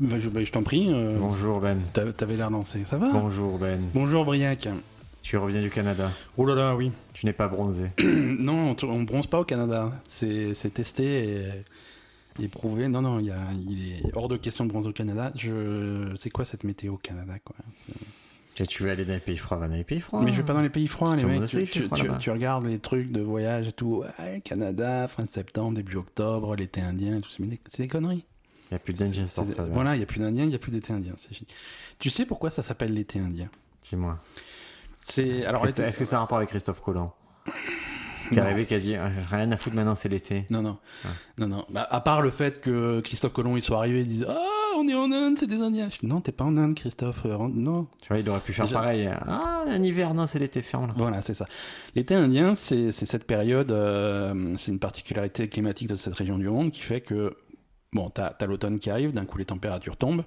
Bah, je bah, je t'en prie. euh, Bonjour Ben. t'a- T'avais l'air lancé. Ça va Bonjour Ben. Bonjour Briac. Tu reviens du Canada. Oh là là, oui. Tu n'es pas bronzé. Non, on t- on bronze pas au Canada. C'est c'est testé et, et prouvé. Non, non, il y a- il est hors de question de bronze au Canada. Je... C'est quoi cette météo au Canada quoi Tu- Tu veux aller dans les pays froids, va dans les pays froids. Mais je vais pas dans les pays froids, Tout les le monde mecs. le sait, Tu, il fait tu- froid tu- là-bas. tu regardes les trucs de voyage et tout. Ouais, Canada, fin septembre, début octobre, l'été indien et tout. ça. Mais c'est des conneries. Il n'y a plus d'Indiens C'est- pour ça. Ben. Voilà, il n'y a plus d'Indiens, il n'y a plus d'été indien. c'est chi- Tu sais pourquoi ça s'appelle l'été indien ben. Dis-moi. C'est alors Est-ce l'été- est-ce que ça a un rapport avec Christophe Colomb Qui est Non. arrivé, qui a dit Ah, j'ai Rien à foutre maintenant, c'est l'été. Non, non. Non, non. Bah, à part le fait que Christophe Colomb, ils sont arrivés, ils disent Ah, on est en Inde, c'est des Indiens. Je dis, non, t'es pas en Inde, Christophe. euh, rentre- Non. Tu vois, il aurait pu faire Déjà- pareil. Ah, un hiver, non, c'est l'été, ferme-le. Voilà, c'est ça. L'été indien, c'est c'est cette période, euh, c'est une particularité climatique de cette région du monde qui fait que, bon, t'as t'as l'automne qui arrive, d'un coup les températures tombent.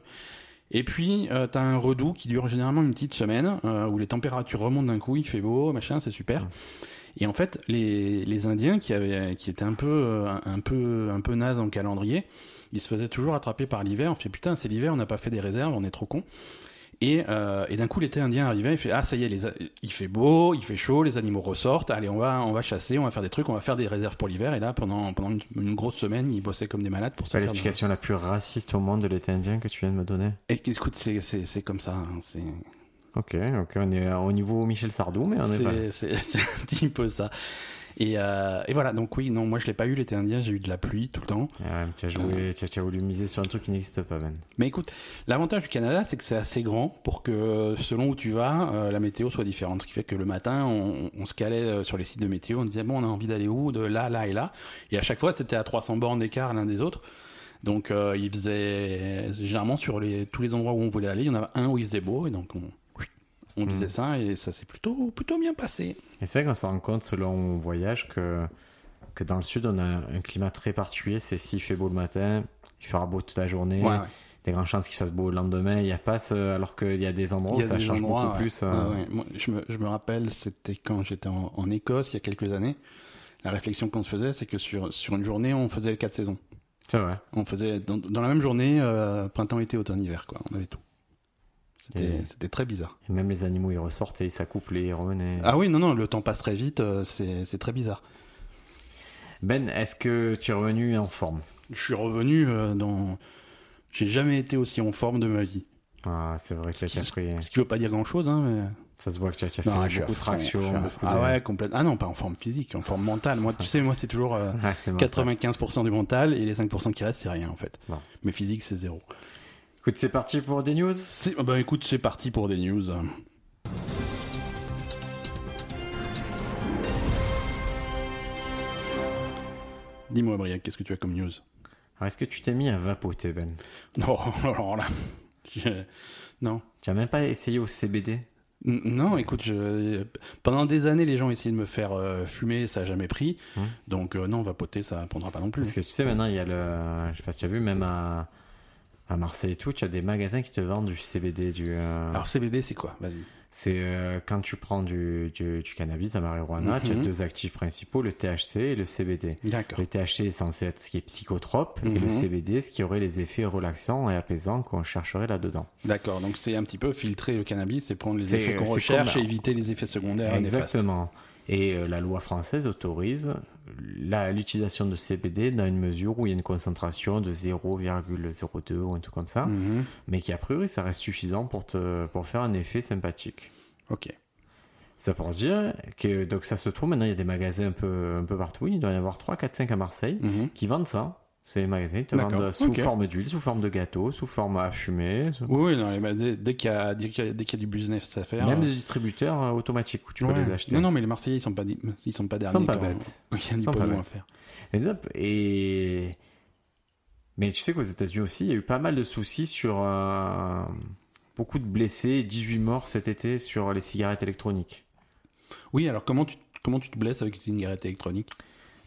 Et puis, euh, t'as un redout qui dure généralement une petite semaine, euh, où les températures remontent d'un coup, il fait beau, machin, c'est super. Et en fait, les, les Indiens qui, avaient, qui étaient un peu, euh, un peu, un peu nazes en calendrier, ils se faisaient toujours attraper par l'hiver. On fait putain, c'est l'hiver, on n'a pas fait des réserves, on est trop con. Et, euh, et d'un coup, l'été indien arrivait, il fait ah ça y est, les, a- il fait beau, il fait chaud, les animaux ressortent. Allez, on va, on va chasser, on va faire des trucs, on va faire des réserves pour l'hiver. Et là, pendant, pendant une, une grosse semaine, ils bossaient comme des malades pour C'est se pas faire. l'explication la plus raciste au monde de l'été indien que tu viens de me donner Et, écoute, c'est, c'est, c'est comme ça. hein, c'est... Ok, ok, on est euh, au niveau Michel Sardou, mais on est pas. C'est- C'est c'est un petit peu ça. Et, euh, et voilà, donc oui, non, moi je l'ai pas eu l'été indien, j'ai eu de la pluie tout le temps. Ah ouais, tu as, Euh. joué, tu as- tu as voulu miser sur un truc qui n'existe pas, Ben. Mais écoute, l'avantage du Canada, c'est que c'est assez grand pour que selon où tu vas, euh, la météo soit différente. Ce qui fait que le matin, on, on se calait euh, sur les sites de météo, on disait bon, on a envie d'aller où De là, là et là. Et à chaque fois, c'était à 300 bornes d'écart l'un des autres. Donc euh, il faisait généralement sur les, tous les endroits où on voulait aller, il y en avait un où il faisait beau et donc on, on visait ça et ça s'est plutôt, plutôt bien passé. Et c'est vrai qu'on se rend compte, selon mon voyage, que, que dans le sud, on a un climat très particulier. C'est s'il fait beau le matin, il fera beau toute la journée. Ouais, ouais. Des grandes chances qu'il fasse beau le lendemain. Il n'y a pas ce... Alors qu'il y a des endroits Il y où a ça des change endroits, beaucoup ouais. plus. Ouais, euh, ouais. Moi, je, me, je me rappelle, c'était quand j'étais en, en Écosse, il y a quelques années. La réflexion qu'on se faisait, c'est que sur, sur une journée, on faisait les quatre saisons. C'est vrai. On faisait dans, dans la même journée, euh, printemps, été, automne, hiver, quoi. On avait tout. C'était Et- c'était très bizarre. Et même les animaux, ils ressortaient, ils s'accouplaient, ils revenaient. Ah oui, non, non, le temps passe très vite, euh, c'est c'est très bizarre. Ben, est-ce que tu es revenu en forme Je suis revenu euh, dans. J'ai jamais été aussi en forme de ma vie. Ah, c'est vrai que tu as pris... Ce qui veut pas dire grand chose, hein, mais. Ça se voit que tu as tu as fait Non, je suis à beaucoup de fond, traction. je suis à- beaucoup Ah de- ouais, complètement. Ah non, pas en forme physique, en forme mentale. Moi, tu sais, moi, c'est toujours. euh, Ah, c'est marrant. 95% du mental et les 5% qui restent, c'est rien en fait. Non. Mais physique, c'est zéro. Écoute, c'est parti pour des news C'est- ah Bah écoute, c'est parti pour des news. Dis-moi, Briac, qu'est-ce que tu as comme news Alors, est-ce que tu t'es mis à vapoter, Ben Non, alors oh, là. je- Non. Tu n'as même pas essayé au CBD N- Non, écoute, je- pendant des années, les gens essayaient de me faire euh, fumer, ça n'a jamais pris. Hum. Donc, euh, non, vapoter, ça ne prendra pas non Parce plus. que tu sais, maintenant, il y a le. Je sais pas si tu as vu, même à, à Marseille et tout, tu as des magasins qui te vendent du CBD. du. euh, Alors, CBD, c'est quoi Vas-y. C'est euh, quand tu prends du, du, du cannabis, la marijuana, tu as Mhm. deux actifs principaux, le THC et le CBD. D'accord. Le THC est censé être ce qui est psychotrope et Mhm. le CBD, ce qui aurait les effets relaxants et apaisants qu'on chercherait là-dedans. D'accord, donc c'est un petit peu filtrer le cannabis et prendre les C'est- euh, effets qu'on c'est recherche comme- et éviter les effets secondaires néfastes. Exactement. Et euh, la loi française autorise la- l'utilisation de CBD dans une mesure où il y a une concentration de 0,02 ou un truc comme ça. Mhm. mais qui a priori ça reste suffisant pour te pour faire un effet sympathique. Ok. Ça pour dire que donc ça se trouve maintenant il y a des magasins un peu un peu partout, il doit y en avoir 3 4 5 à Marseille Mhm. qui vendent ça. C'est les magasins ils te D'accord, vendent sous ok. forme d'huile, sous forme de gâteau, sous forme à fumer, sous- Oui, oui, non, les- bah, dès, dès qu'il y, a- dès qu'il y a- dès qu'il y a du business à faire. même euh, des distributeurs euh, automatiques où tu peux ouais. les acheter. Non, non, mais les Marseillais, ils sont pas, di- ils sont pas Ils derniers. sont pas quand- bêtes. Oui, Il y a du Sont pas pognon bêtes. à faire. Mais hop, Et mais tu sais qu'aux États-Unis aussi, il y a eu pas mal de soucis sur euh, beaucoup de blessés, 18 morts cet été sur les cigarettes électroniques. Oui, alors comment tu, comment tu te blesses avec une cigarette électronique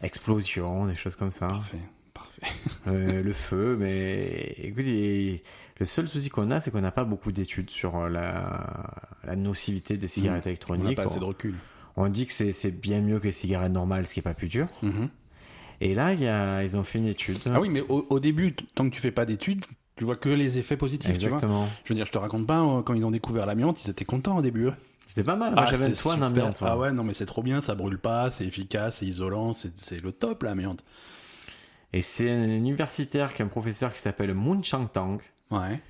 Ah. Explosions, des choses comme ça. Parfait. Parfait. Euh, le feu, mais écoute, il- le seul souci qu'on a, c'est qu'on n'a pas beaucoup d'études sur euh, la, la nocivité des cigarettes Mmh. On n'a électroniques. pas assez On- de recul. On dit que c'est- c'est bien mieux que les cigarettes normales, ce qui est pas plus dur. Mhm. Et là, il y a- ils ont fait une étude. Ah oui, mais au, au début, t- tant que tu fais pas d'études, tu- tu vois que les effets positifs, tu vois. Exactement. Je veux dire, je te raconte pas, euh, quand ils ont découvert l'amiante, ils étaient contents au début. eux. C'était pas mal. Moi, Ah, c'est Ah, j'avais le soin super. d'un bien, toi. Ah ouais, non, mais c'est trop bien, ça brûle pas, c'est efficace, c'est isolant, c'est c'est le top, l'amiante. Et c'est un universitaire qui est un professeur qui s'appelle Moon Chang Tang, Ouais,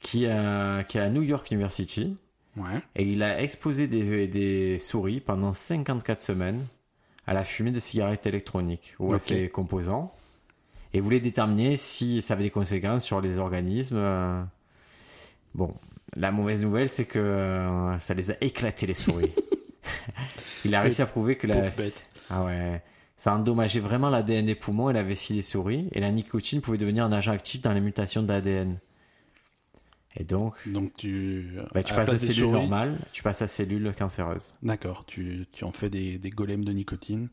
qui, a- qui est à New York University. ouais. Et il a exposé des, des souris pendant 54 semaines à la fumée de cigarettes électroniques ou à Ok. ses composants. Et voulait déterminer si ça avait des conséquences sur les organismes. euh. Bon, la mauvaise nouvelle, c'est que euh, ça les a éclatés, les souris. il a réussi à prouver que la. Pauvre bête. Ah ouais. Ça endommageait vraiment l'ADN des poumons et la vessie des souris. Et la nicotine pouvait devenir un agent actif dans les mutations d'ADN. Et donc, Donc tu. euh, bah, tu à la passes place de des cellule souris- normale, tu passes à cellule cancéreuse. D'accord, tu, tu en fais des, des golems de nicotine.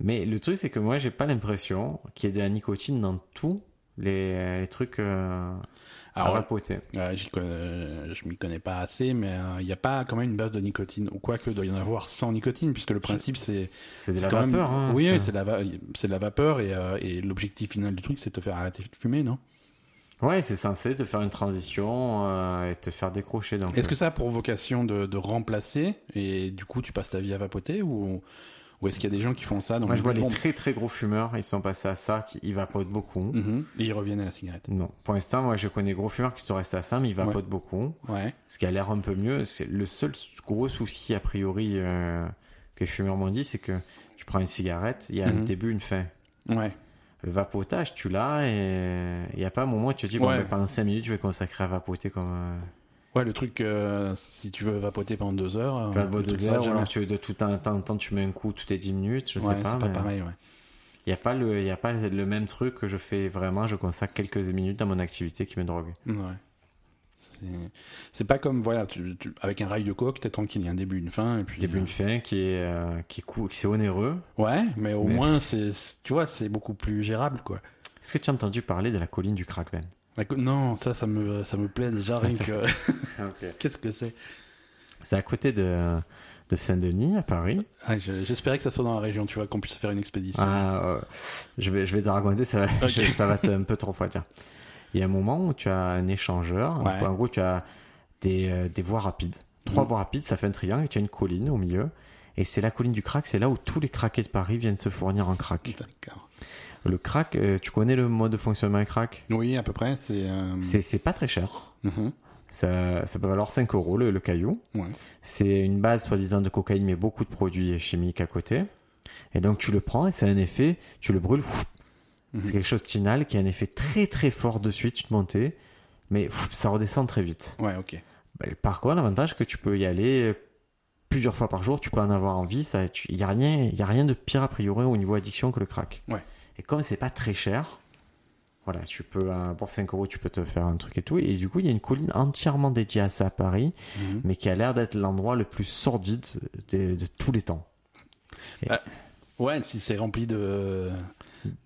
Mais le truc, c'est que moi, j'ai pas l'impression qu'il y ait de la nicotine dans tous les, les trucs euh, à Alors, vapoter. euh, j'y connais- euh, je m'y connais pas assez, mais euh, il n'y a pas quand même une base de nicotine. Ou quoi que, doit y en avoir sans nicotine, puisque le principe, c'est. C'est de c'est la quand vapeur. même- hein, oui, ça. oui, c'est de, la va- c'est de la vapeur, et, euh, et l'objectif final du truc, c'est de te faire arrêter de fumer, non Ouais, c'est censé te faire une transition euh, et te faire décrocher. Donc, euh. Est-ce que ça a pour vocation de, de remplacer et du coup tu passes ta vie à vapoter ou, ou est-ce qu'il y a des gens qui font ça donc moi, je vois bon, les très très gros fumeurs, ils sont passés à ça, qui, ils vapotent beaucoup. mhm, et ils reviennent à la cigarette. Non, pour l'instant, moi, je connais gros fumeurs qui sont restés à ça, mais ils vapotent beaucoup. Ouais. Ce qui a l'air un peu mieux, c'est le seul gros souci a priori euh, que les fumeurs m'ont dit, c'est que tu prends une cigarette, il y a un Mhm. début, une fin. Ouais. Le vapotage, tu l'as et il n'y a pas un moment où tu te dis, bon, Ouais. ben, pendant 5 minutes, je vais consacrer à vapoter comme. euh, Ouais, le truc euh, si tu veux vapoter pendant deux heures, tu vas boire le truc, deux ça, heures, ou jamais. alors tu, de tout un temps, en temps, tu mets un coup toutes les 10 minutes, je Ouais, sais c'est pas. pas, mais pareil, ouais. Il n'y a, pas le- il y a pas le même truc que je fais vraiment, je consacre quelques minutes dans mon activité qui me drogue. Ouais. C'est- C'est pas comme voilà, tu- tu- avec un rail de coke, t'es tranquille, il y a un début, une fin et puis Début, une fin qui est, euh, qui est cou- qui c'est onéreux. Ouais, mais au Mais- moins c'est c'est- tu vois, c'est beaucoup plus gérable quoi. Est-ce que tu as entendu parler de la colline du crack, Ben La co- Non, ça ça me ça me plaît déjà rien que qu'est-ce que c'est C'est à côté de, de Saint-Denis, à Paris. Ah, je- J'espérais que ça soit dans la région, tu vois, qu'on puisse faire une expédition. Ah, euh, je, vais, je vais te raconter, ça va, Ok. je- ça va être un peu trop froid. tiens. Il y a un moment où tu as un échangeur. Ouais. En gros, tu as des, euh, des voies rapides. Trois Mhm. voies rapides, ça fait un triangle. et Tu as une colline au milieu. Et c'est la colline du crack. C'est là où tous les craqués de Paris viennent se fournir en crack. D'accord. Le crack, euh, tu connais le mode de fonctionnement du crack Oui, à peu près, c'est. euh, C'est c'est pas très cher. Mhm. Ça, ça peut valoir 5 euros le, le caillou. Ouais. C'est une base soi-disant de cocaïne, mais beaucoup de produits chimiques à côté. Et donc tu le prends et c'est un effet, tu le brûles. fouf. Mhm. C'est quelque chose de final qui a un effet très très fort de suite, une montée, mais fouf, ça redescend très vite. Ouais, ok. Bah, Par contre, l'avantage c'est que tu peux y aller euh, plusieurs fois par jour, tu peux en avoir envie, ça, tu- il n'y a, rien- il y a rien de pire a priori au niveau addiction que le crack. Ouais. Et comme c'est pas très cher, voilà, tu peux, euh, pour 5 euros, tu peux te faire un truc et tout. Et du coup, il y a une colline entièrement dédiée à ça à Paris Mhm. mais qui a l'air d'être l'endroit le plus sordide de, de tous les temps. Ouais, si c'est rempli de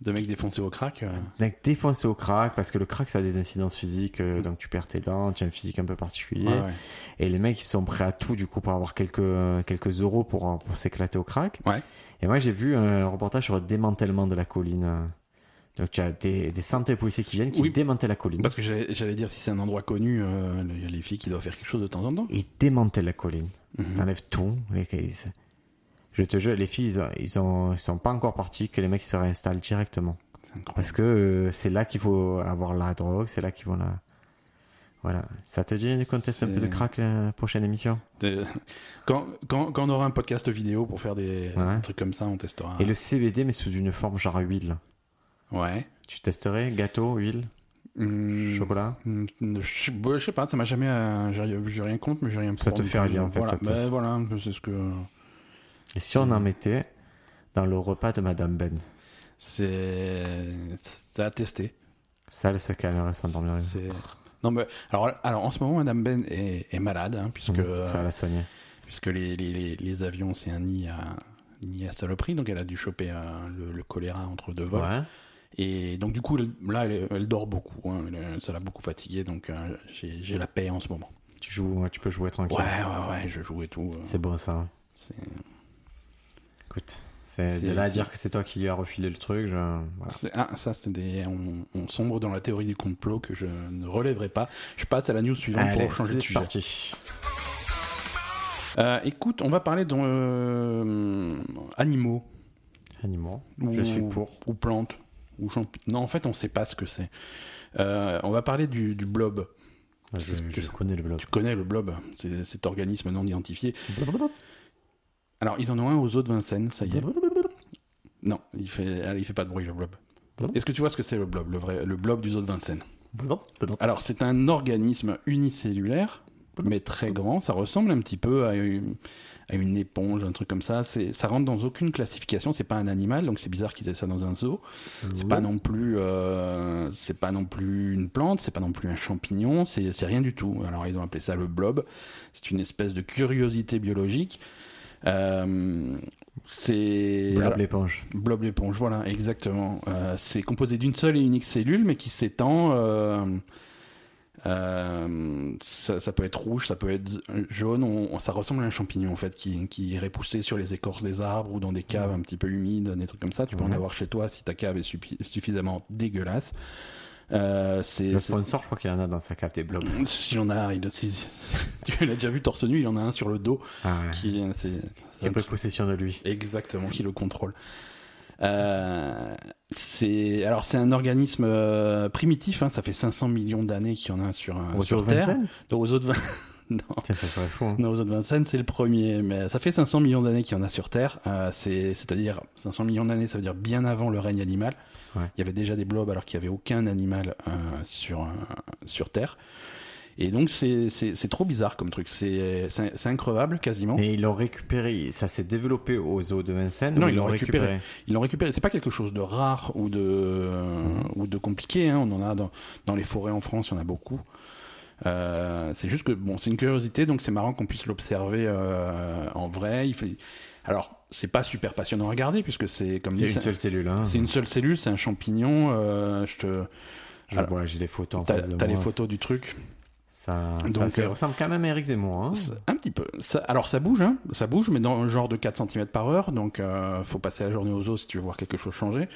de mecs défoncés au crack. euh, Donc défoncé au crack, parce que le crack ça a des incidences physiques, euh, donc tu perds tes dents, tu as un physique un peu particulier, Mm. ouais, ouais. et les mecs ils sont prêts à tout du coup pour avoir quelques, quelques euros pour, euh, pour s'éclater au crack. Ouais. Et moi j'ai vu un reportage sur le démantèlement de la colline. Donc tu as des, des centaines de policiers qui viennent, qui Oui. Bah, démantèlent la colline. Parce que j'allais j'allais dire si c'est un endroit connu, euh, il y a les filles qui doivent faire quelque chose de temps en temps. Ils démantèlent la colline. Mhm. T'enlèves tout. Les... ils- Je te jure, les filles, ils, ont- ils, ont- ils sont pas encore partis que les mecs se réinstallent directement. C'est incroyable. Parce que euh, c'est là qu'il faut avoir la drogue, c'est là qu'ils vont la. Voilà. Ça te dit de contester un peu de C'est- crack la prochaine émission Euh, Quand, quand, quand on aura un podcast vidéo pour faire des Ouais. des trucs comme ça, on testera. Et le CBD, mais sous une forme genre huile. Ouais. Tu testerais gâteau, huile, Hum, chocolat hum, Je, bon, je sais pas, ça m'a jamais. euh, j'ai j'ai rien contre, mais j'ai rien. Ça te contre. fait rien, en fait, Voilà, ça te- bah, voilà c'est ce que. Et si on en mettait dans le repas de Madame Ben C'est. C'est à tester. Ça, elle se calmerait sans dormir. C'est- Non, mais alors, alors en ce moment, Madame Ben est, est malade, hein, puisque, Mmh. Ça va la soigner. puisque les, les- les- les avions, c'est un nid à, nid à saloperie, donc elle a dû choper euh, le, le choléra entre deux vols. Ouais. Et donc, du coup, elle- là, elle, elle dort beaucoup, hein, elle- ça l'a beaucoup fatiguée, donc euh, j'ai j'ai la paix en ce moment. Tu joues, tu peux jouer tranquille. Ouais, ouais, ouais, je joue et tout. euh, C'est bon ça. c'est- Écoute, C'est de C'est- là à c'est- dire que c'est toi qui lui as refilé le truc. je- voilà. C'est- Ah, ça, c'est des. On, on sombre dans la théorie du complot que je ne relèverai pas. Je passe à la news suivante Allez, pour changer de c'est sujet. parti. Euh, écoute, on va parler d'animaux Animaux. Ou- Je suis pour. ou plantes. Ou champi- non, en fait, on ne sait pas ce que c'est. Euh, on va parler du, du blob. Je, Je- je connais le blog. Tu connais le blob, c'est cet organisme non identifié. Alors, ils en ont un aux eaux de Vincennes, ça y est. Non, il fait, allez, il fait pas de bruit, le blob. Blob. Est-ce que tu vois ce que c'est le blob, le, vrai, le blob du zoo de Vincennes Alors, c'est un organisme unicellulaire, mais très grand. Ça ressemble un petit peu à une, à une éponge, un truc comme ça. C'est- Ça rentre dans aucune classification. C'est pas un animal, donc c'est bizarre qu'ils aient ça dans un zoo. C'est pas non plus, euh, c'est pas non plus une plante, c'est pas non plus un champignon, c'est c'est rien du tout. Alors ils ont appelé ça le blob. C'est une espèce de curiosité biologique. Euh, c'est Blob alors, l'éponge. blob l'éponge, voilà, exactement. Euh, c'est composé d'une seule et unique cellule, mais qui s'étend. euh, euh, ça, ça peut être rouge, ça peut être jaune. on- on- ça ressemble à un champignon en fait, qui, qui est repoussé sur les écorces des arbres ou dans des caves un petit peu humides, des trucs comme ça. Tu peux en Mhm. avoir chez toi si ta cave est suppi- suffisamment dégueulasse. Euh, c'est Le c'est- sponsor, je crois qu'il y en a dans sa cave des blobs. s'il en a, il, si- tu l'as déjà vu torse nu, il en a un sur le dos Ah ouais. qui c'est- c'est Qui un a pris possession de lui. Exactement, qui le contrôle. Euh, c'est alors c'est un organisme euh, primitif, hein, ça fait 500 millions d'années qu'il y en a sur, euh, Retour sur au Terre. Vincennes Donc, aux autres vin- non, Tiens, ça serait fou. hein. non, aux autres Vincennes, c'est le premier, mais ça fait 500 millions d'années qu'il y en a sur Terre. Euh, c'est c'est-à-dire 500 millions d'années, ça veut dire bien avant le règne animal. Ouais. Il y avait déjà des blobs alors qu'il n'y avait aucun animal euh, sur euh, sur Terre. Et donc c'est c'est c'est trop bizarre comme truc, c'est c'est c'est increvable quasiment. Et ils l'ont récupéré, ça s'est développé aux eaux de Vincennes. Non, ou ils l'ont récupéré. Ils l'ont récupéré. C'est pas quelque chose de rare ou de Mhm. ou de compliqué. hein. On en a dans, dans les forêts en France, il y en a beaucoup. Euh, c'est juste que bon, c'est une curiosité, donc c'est marrant qu'on puisse l'observer euh, en vrai. Il fait... Alors, c'est pas super passionnant à regarder puisque c'est comme C'est dit, une seule cellule. Hein. c'est une seule cellule, c'est un champignon. euh, je te, Je Alors, vois, j'ai les photos en t'as face de t'as les moi. photos du truc. Ça, Donc, ça, ça euh, ressemble quand même à Eric Zemmour. Hein. Ça- Un petit peu. Ça- alors ça bouge, hein. ça bouge, mais dans le genre de 4 cm par heure, donc euh, faut passer la journée aux eaux si tu veux voir quelque chose changer.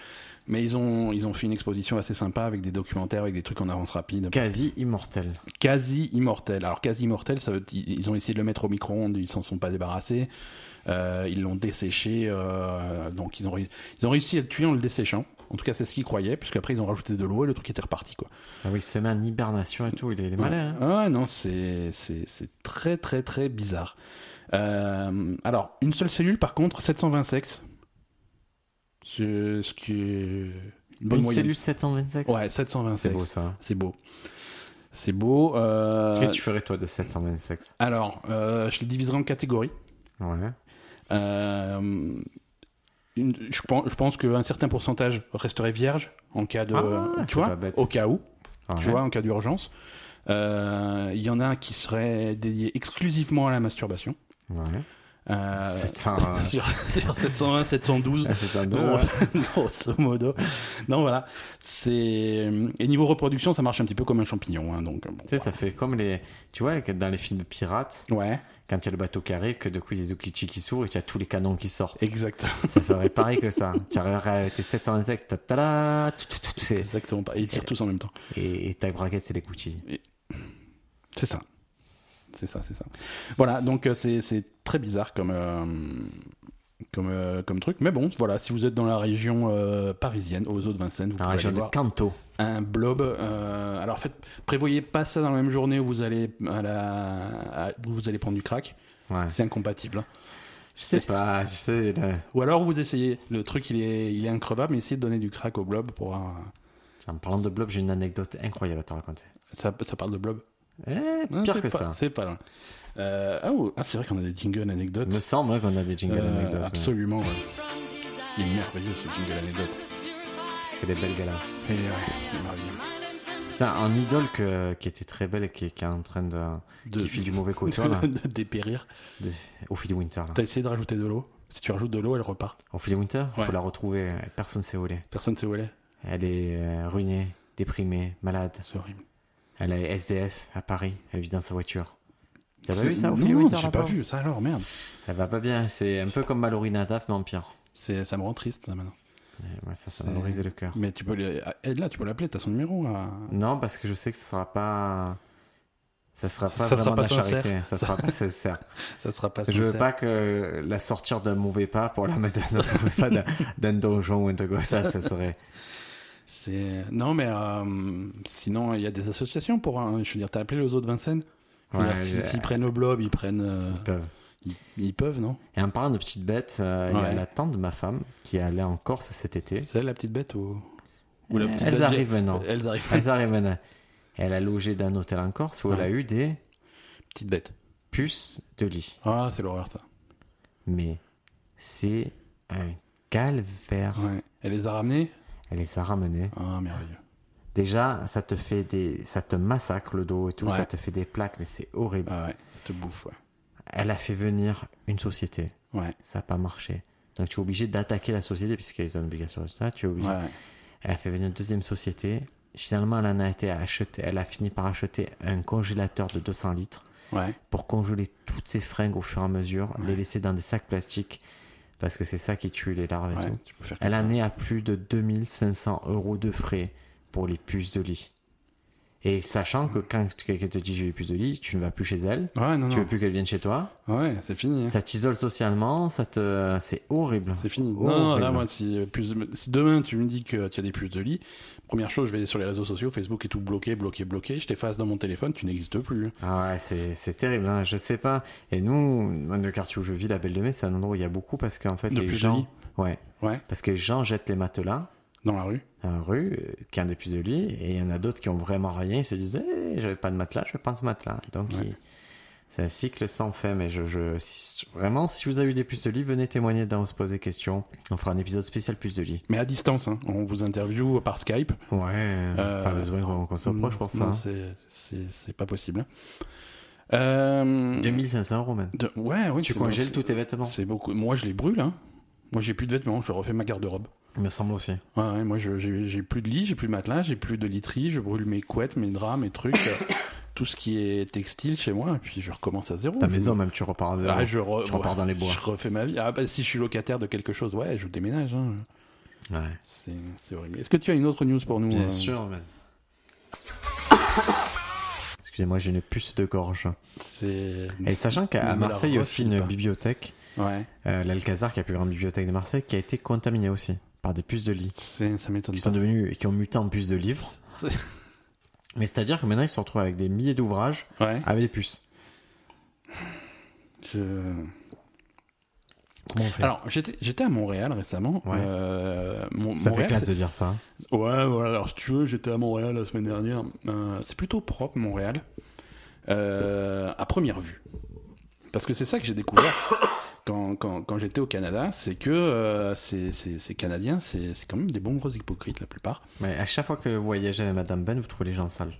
Mais ils ont, ils ont fait une exposition assez sympa avec des documentaires, avec des trucs en avance rapide. Quasi immortel. Quasi immortel. Alors quasi immortel, ça veut, ils ils ont essayé de le mettre au micro-ondes, ils s'en sont pas débarrassés. Euh, ils l'ont desséché, euh, donc ils ont, réu- ils ont réussi à le tuer en le desséchant. En tout cas, c'est ce qu'ils croyaient, puisqu'après ils ont rajouté de l'eau et le truc était reparti, quoi. Ah oui, il se met en hibernation et tout, il est, il est malin. hein. Ah non, c'est c'est- c'est très très très bizarre. Euh, alors, une seule cellule par contre, 720 sexes. C'est ce qui est... Une bonne une moyenne. cellule 725. Ouais, 720 c'est sexes. beau ça. hein. C'est beau. C'est beau. euh, Qu'est-ce que tu ferais toi de 725 Alors, euh, je les diviserai en catégories. Ouais. Euh, une- je, pense, je pense qu'un certain pourcentage resterait vierge en cas de... Ah, tu c'est vois, pas bête. au cas où tu Ouais. vois, en cas d'urgence. Euh, Il y en a qui seraient dédiés exclusivement à la masturbation. Ouais. Euh, 701. sur, sur 701, 712. Ah, c'est un deux, Gros- ouais. Euh, grosso modo. Non, voilà. C'est euh, et niveau reproduction, ça marche un petit peu comme un champignon, hein, donc. bon, Tu sais, ça fait comme les. Tu vois, dans les films de pirates, Ouais, quand il y a le bateau carré, que de coup, il y a les Ukichi qui s'ouvrent et tu as tous les canons qui sortent. exact, Ça ferait pareil que ça. Tu arriverais à tes 700 insectes, ta- ta la, tout, tout, tout, tout, c'est- exactement. pas. Et ils tirent tous en même temps. et, et ta braquette, c'est les Gucci. C'est ça. C'est ça, c'est ça. Voilà, donc euh, c'est c'est très bizarre comme, euh, comme, euh, comme truc. Mais bon, voilà, si vous êtes dans la région euh, parisienne, aux eaux de Vincennes, vous Dans pouvez la aller région de voir Canto. un blob. euh, alors faites, prévoyez pas ça dans la même journée où vous allez, à la, à- où vous allez prendre du crack. Ouais. C'est incompatible. hein. Je sais pas, je sais. là, Ou alors vous essayez. Le truc, il est, il est increvable, mais essayez de donner du crack au blob pour avoir... En parlant de blob, j'ai une anecdote incroyable à te raconter. Ça, ça parle de blob. Eh, Hein, pire c'est que pas- ça. C'est pas là. Euh, ah, ou- ah, c'est vrai qu'on a des jingles anecdotes. Il me semble ouais, qu'on a des jingles Euh, anecdotes. ouais. absolument. ouais. Il est merveilleux ce jingle anecdote. C'est des belles galas. C'est ouais, c'est merveilleux. euh, C'est un idole que- qui était très belle et qui, qui est en train de. De- qui file du mauvais côté, là. de, de dépérir. De- Ophélie Winter, là. T'as essayé de rajouter de l'eau. Si tu rajoutes de l'eau, elle repart. Ophélie Winter, Ouais. faut la retrouver. euh, Personne ne sait où elle est. Personne ne sait où elle est. Elle est euh, ruinée, déprimée, malade. C'est horrible. Elle est SDF à Paris. Elle vit dans sa voiture. T'as pas C'est- vu ça, Ophélie Non, Winter j'ai là-bas pas vu ça alors, merde. Elle va pas bien. C'est un peu comme Mallory Nataf, mais en pire. C'est, ça me rend triste, ça, maintenant. Ouais, ouais, ça, ça C'est- brisait le cœur. Mais tu peux lui... Ed, là, tu peux l'appeler, t'as son numéro. hein. à- Non, parce que je sais que ce sera pas. Ça sera pas Ça sera vraiment pas de la charité. sincère. Ça sera pas sincère. Ça sera pas Je veux sincère. pas que la sortir d'un mauvais pas pour la mettre dans un mauvais pas d'un- d'un donjon ou un truc comme ça. Ça serait. C'est... Non, mais euh, sinon, il y a des associations pour. hein, je veux dire, t'as appelé les autres Vincennes Je veux Ouais, euh, dire, si- je- S'ils prennent au blob, ils prennent. euh, ils peuvent. ils, ils peuvent, non Et en parlant de petites bêtes, euh, il y a Ouais. la tante de ma femme qui est allée en Corse cet été. C'est elle, la petite bête ou. Euh, elles bête- arrivent maintenant. Elles arrivent. Elles arrivent maintenant. Elle a logé dans un hôtel en Corse où elle a Ouais. eu des Petite bête. puces de lit. Ah, c'est l'horreur, ça. Mais c'est un calvaire. Ouais. Elle les a ramenées Elle les a ramenées. Ah, merveilleux. Déjà, ça te fait des, ça te massacre le dos et tout, Ouais. ça te fait des plaques, mais c'est horrible. Ah ouais, ça te bouffe, ouais. Elle a fait venir une société, Ouais, ça n'a pas marché. Donc tu es obligé d'attaquer la société puisqu'ils ont une obligation de ça. Tu es ouais, obligé. ouais. Elle a fait venir une deuxième société. Finalement, elle en a été acheter, elle a fini par acheter un congélateur de 200 litres ouais. pour congeler toutes ses fringues au fur et à mesure, Ouais. les laisser dans des sacs plastiques parce que c'est ça qui tue les larves et tout. Tu peux faire comme Elle ça. en est à plus de 2500 euros de frais pour les puces de lit. Et sachant que quand quelqu'un te dit j'ai eu puces de lit, tu ne vas plus chez elle, Ouais, non, tu veux non. plus qu'elle vienne chez toi, Ouais, c'est fini. hein. ça t'isole socialement, ça te, c'est horrible. C'est fini. Oh, non, non, là, horrible. moi, si, euh, puce de- si demain tu me dis que tu as des puces de lit, première chose, je vais sur les réseaux sociaux, Facebook est tout bloqué, bloqué, bloqué, je t'efface dans mon téléphone, tu n'existes plus. Ah ouais, c'est, c'est terrible, hein, je sais pas. Et nous, dans le quartier où je vis, la Belle de Mai, c'est un endroit où il y a beaucoup parce qu'en fait De les puces de gens, lit. ouais, Ouais, parce que les gens jettent les matelas dans la rue. dans la rue, euh, qui ont des puces de lit, et il y en a d'autres qui ont vraiment rien, ils se disent Eh, j'avais pas de matelas, je vais prendre ce matelas. Donc Ouais. il- c'est un cycle sans fin, mais je, je si- vraiment, si vous avez eu des puces de lit, venez témoigner dedans, on se pose des questions. On fera un épisode spécial puces de lit. Mais à distance, hein. on vous interviewe par Skype. Ouais, Euh, pas besoin qu'on qu'on soit Non, proche pour ça. non, hein. c'est- C'est c'est pas possible. hein. Euh, 2500 euros même. de- Ouais, oui. Tu c'est- congèles c'est- tous tes vêtements. C'est beaucoup. Moi, je les brûle. Hein. Moi, j'ai plus de vêtements. Je refais ma garde-robe. Il me semble aussi. Ouais, ouais, moi, je- j'ai j'ai plus de lit, j'ai plus de matelas, j'ai plus de literie. Je brûle mes couettes, mes draps, mes trucs, euh, tout ce qui est textile chez moi. Et puis, je recommence à zéro. Ta Je- maison même, tu repars. de- Ah, je, re- Tu repars dans les bois. Je refais ma vie. Ah, bah, si je suis locataire de quelque chose, ouais, je déménage. hein. Ouais. C'est c'est horrible. Est-ce que tu as une autre news pour nous Bien euh, sûr, man. Excusez-moi, j'ai une puce de gorge. C'est. Et sachant Ne qu'à me la Marseille, il y a aussi refile une pas. bibliothèque, Ouais. euh, l'Alcazar, qui est la plus grande bibliothèque de Marseille, qui a été contaminée aussi par des puces de lit, C'est- Ça m'étonne qui sont pas. devenues et qui ont muté en puces de livres. C'est- Mais c'est-à-dire que maintenant, ils se retrouvent avec des milliers d'ouvrages Ouais. avec des puces. Je. Comment on fait Alors, j'étais j'étais à Montréal récemment. Ah. Ouais. Euh, Mon- Ça fait Montréal, classe de dire ça. hein. c'est- Ouais, voilà. Alors, si tu veux, j'étais à Montréal la semaine dernière. Euh, c'est plutôt propre, Montréal, euh, à première vue. Parce que c'est ça que j'ai découvert quand, quand, quand j'étais au Canada, c'est que euh, ces, ces- ces Canadiens, c'est c'est quand même des bons gros hypocrites, la plupart. Mais à chaque fois que vous voyagez avec Madame Ben, vous trouvez les gens sales.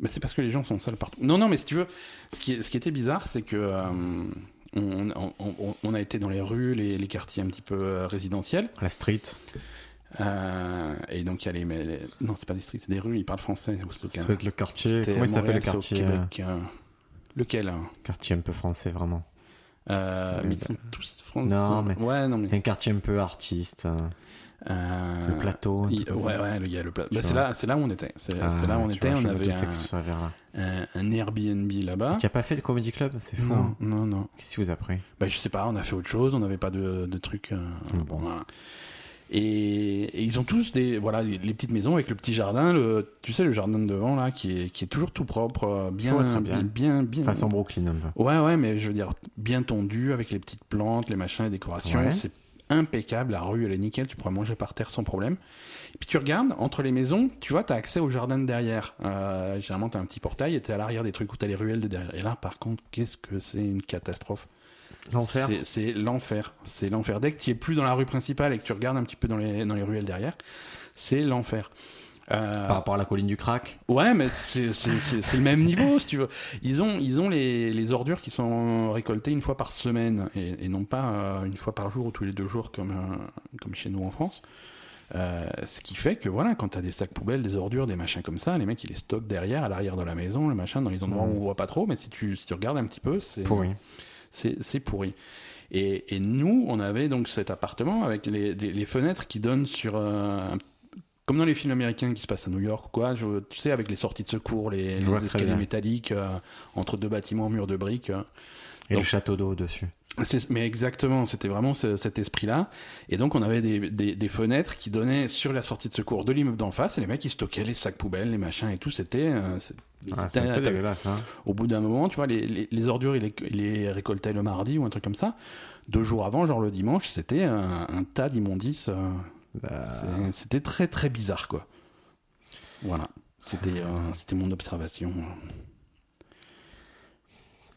Mais c'est parce que les gens sont sales partout. Non, non, mais si tu veux, ce qui, est- ce qui était bizarre, c'est que euh, on, on- on- on a été dans les rues, les, les quartiers un petit peu euh, résidentiels. La street. Euh, et donc il y a les, mais les- non c'est pas des streets, c'est des rues, ils parlent français au Stockholm. Street, le quartier. C'était Comment il s'appelle le Montréal, c'est au quartier Québec, euh, euh, Lequel hein Quartier un peu français, vraiment. Euh, Le- Mais ils sont tous français. bah, Non, mais- Ouais non mais. Un quartier un peu artiste. euh, euh, Le plateau. un il- truc comme ça. ouais ouais le- il y a le pla- Tu bah, c'est vois. là c'est là où on était. C'est Ah, c'est là où on tu était. vois, je on me avait doutais que un, ce soit vers là. un- un Airbnb là-bas. Tu as pas fait de comedy club C'est fou. Non hein. non non. Qu'est-ce qui vous a pris Bah, je sais pas, on a fait autre chose, on n'avait pas de, de trucs. euh, Ah bon. voilà. Et, et ils ont tous des voilà les, les petites maisons avec le petit jardin, le, tu sais le jardin de devant là qui est, qui est toujours tout propre, euh, bien, Ouais, très bien. bien bien bien. Façon Brooklyn un peu. Ouais ouais, mais je veux dire bien tondu avec les petites plantes, les machins, les décorations, Ouais. c'est impeccable, la rue elle est nickel, tu pourras manger par terre sans problème. Et puis tu regardes entre les maisons, tu vois, t'as accès au jardin de derrière. Euh, généralement t'as un petit portail et t'es à l'arrière des trucs où t'as les ruelles de derrière. Et là par contre, qu'est-ce que c'est une catastrophe. L'enfer. C'est- C'est l'enfer. C'est l'enfer. Dès que tu es plus dans la rue principale et que tu regardes un petit peu dans les, dans les ruelles derrière, c'est l'enfer. Euh, Par rapport à la colline du crack. ouais, mais c'est c'est- c'est- c'est le même niveau, si tu veux. Ils ont, ils ont les, les ordures qui sont récoltées une fois par semaine et, et non pas euh, une fois par jour ou tous les deux jours comme, euh, comme chez nous en France. Euh, ce qui fait que voilà, quand t'as des sacs poubelles, des ordures, des machins comme ça, les mecs ils les stockent derrière, à l'arrière de la maison, le machin, dans les endroits Mhm. où on voit pas trop, mais si tu, si tu regardes un petit peu, c'est Pourri. c'est c'est pourri. Et, et nous, on avait donc cet appartement avec les, les- les fenêtres qui donnent sur. euh, un- comme dans les films américains qui se passent à New York, quoi, je- tu sais, avec les sorties de secours, les, les vois très escaliers bien. métalliques euh, entre deux bâtiments, murs de briques. euh. Et Donc- le château d'eau dessus. C'est- Mais exactement, c'était vraiment ce- cet esprit-là. Et donc, on avait des, des- des fenêtres qui donnaient sur la sortie de secours de l'immeuble d'en face, et les mecs, ils stockaient les sacs poubelles, les machins et tout. C'était. euh, c'est- Ah, c'est c'était- un peu dégueulasse, hein. au bout d'un moment, tu vois, les, les- les ordures, il les, il les récoltait le mardi ou un truc comme ça. Deux jours avant, genre le dimanche, c'était un, un tas d'immondices. euh, Bah, c'est- C'était très, très bizarre, quoi. Voilà. C'était euh, c'était mon observation.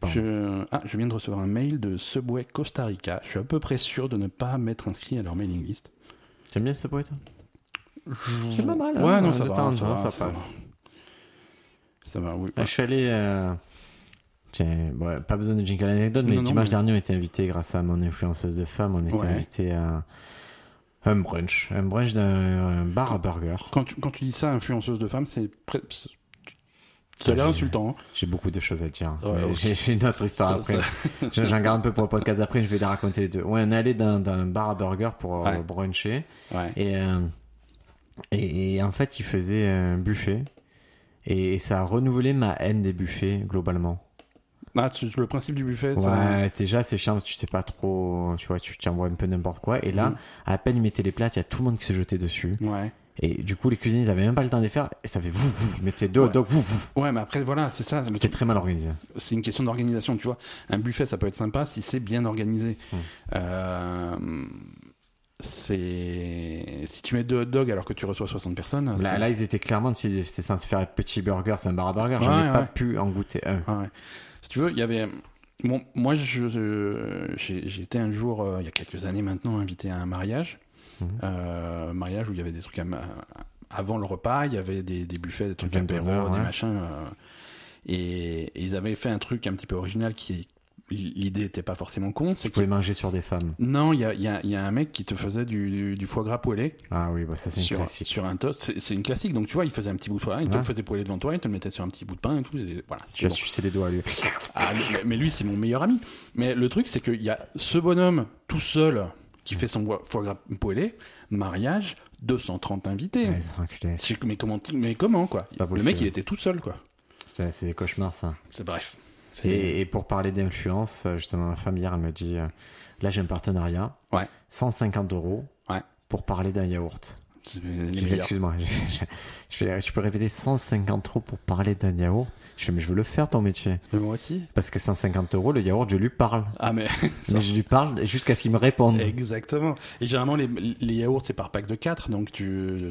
Bon. Je... Ah, je viens de recevoir un mail de Subway Costa Rica. Je suis à peu près sûr de ne pas m'être inscrit à leur mailing list. T'aimes bien ce poète C'est pas mal. Ouais, hein, non, ça de va, temps en ça temps, va, ça ça va. passe. Ça va, oui. Ah, Je suis allé. euh, Tiens, bon, pas besoin de jingle anecdote, mais Non, non, dimanche mais- dernier, on était invité grâce à mon influenceuse de femme. On était Ouais. invité à un brunch, un brunch d'un un bar à burger. Quand tu, quand tu dis ça, influenceuse de femme, c'est... pré- c'est- Ça a l'air insultant. hein. J'ai beaucoup de choses à dire. Ouais, mais ok. j'ai- J'ai une autre histoire Ça- après. ça- J'en j'en garde un peu pour le podcast après, je vais la raconter les deux. Ouais, on est allé dans, dans un bar à burger pour euh, Ouais. bruncher. Ouais. Et, euh, et, et en fait, il faisait un buffet. Et, et ça a renouvelé ma haine des buffets, globalement. Ah, tu- le principe du buffet, ça. Ouais, déjà, c'est chiant parce que tu sais pas trop. Tu vois, tu t'envoies un peu n'importe quoi. Et là, Mhm. à peine ils mettaient les plates, il y a tout le monde qui se jetait dessus. Ouais. Et du coup, les cuisiniers, ils avaient même pas le temps de les faire. Et ça fait vous, vous, ils mettaient deux hot Ouais. dogs, vous, vous. Ouais, mais après, voilà, c'est ça. C'est très mal organisé. C'est une question d'organisation, tu vois. Un buffet, ça peut être sympa si c'est bien organisé. Mm. Euh, c'est. Si tu mets deux hot dogs alors que tu reçois 60 personnes. Là, Ah, c'est- là, ils étaient clairement, tu sais, c'est censé faire un petit burger, c'est un bar à burger. J'en Ouais, ai pas ouais. pu en goûter un. Ah ouais. Si tu veux, il y avait. Bon, moi, je, je- j'ai j'ai été un jour, euh, il y a quelques années maintenant, invité à un mariage. Mhm. Euh, mariage où il y avait des trucs à ma- avant le repas, il y avait des, des buffets, des trucs Des apéro, donneurs, des ouais. machins. euh, et, et ils avaient fait un truc un petit peu original qui. L'idée n'était pas forcément con. C'est Tu que. pouvais manger sur des femmes. Non, il y a, il y a- il y a un mec qui te faisait du, du- du foie gras poêlé Ah oui, bah ça c'est une sur, classique. sur un toast. C'est- C'est une classique. Donc, tu vois, il faisait un petit bout de foie gras, il te Ouais. le faisait poêler devant toi, il te le mettait sur un petit bout de pain et tout. et voilà, Tu c'était as bon. sucé les doigts à lui. Ah, mais- mais lui, c'est mon meilleur ami. Mais le truc, c'est qu'il y a ce bonhomme tout seul qui fait son bois- foie gras poêlé, mariage, 230 invités. Ouais, c'est enculé. C'est- Mais comment, mais comment quoi pas Le possible. mec, il était tout seul, quoi. C'est c'est des cauchemars ça. C'est bref. C'est- Et, et pour parler d'influence, euh, justement, ma femme hier, elle me dit euh, là j'ai un partenariat, Ouais. 150 euros Ouais. pour parler d'un yaourt. c'est les J'ai fait, meilleurs. Excuse-moi, j'ai fait, j'ai- je fais, tu peux répéter 150 euros pour parler d'un yaourt Je fais, mais je veux le faire ton métier. Mais Moi aussi. Parce que 150 euros, le yaourt, je lui parle. Ah, mais Mais je lui parle jusqu'à ce qu'il me réponde. exactement. Et généralement, les, les yaourts, c'est par pack de 4, donc tu.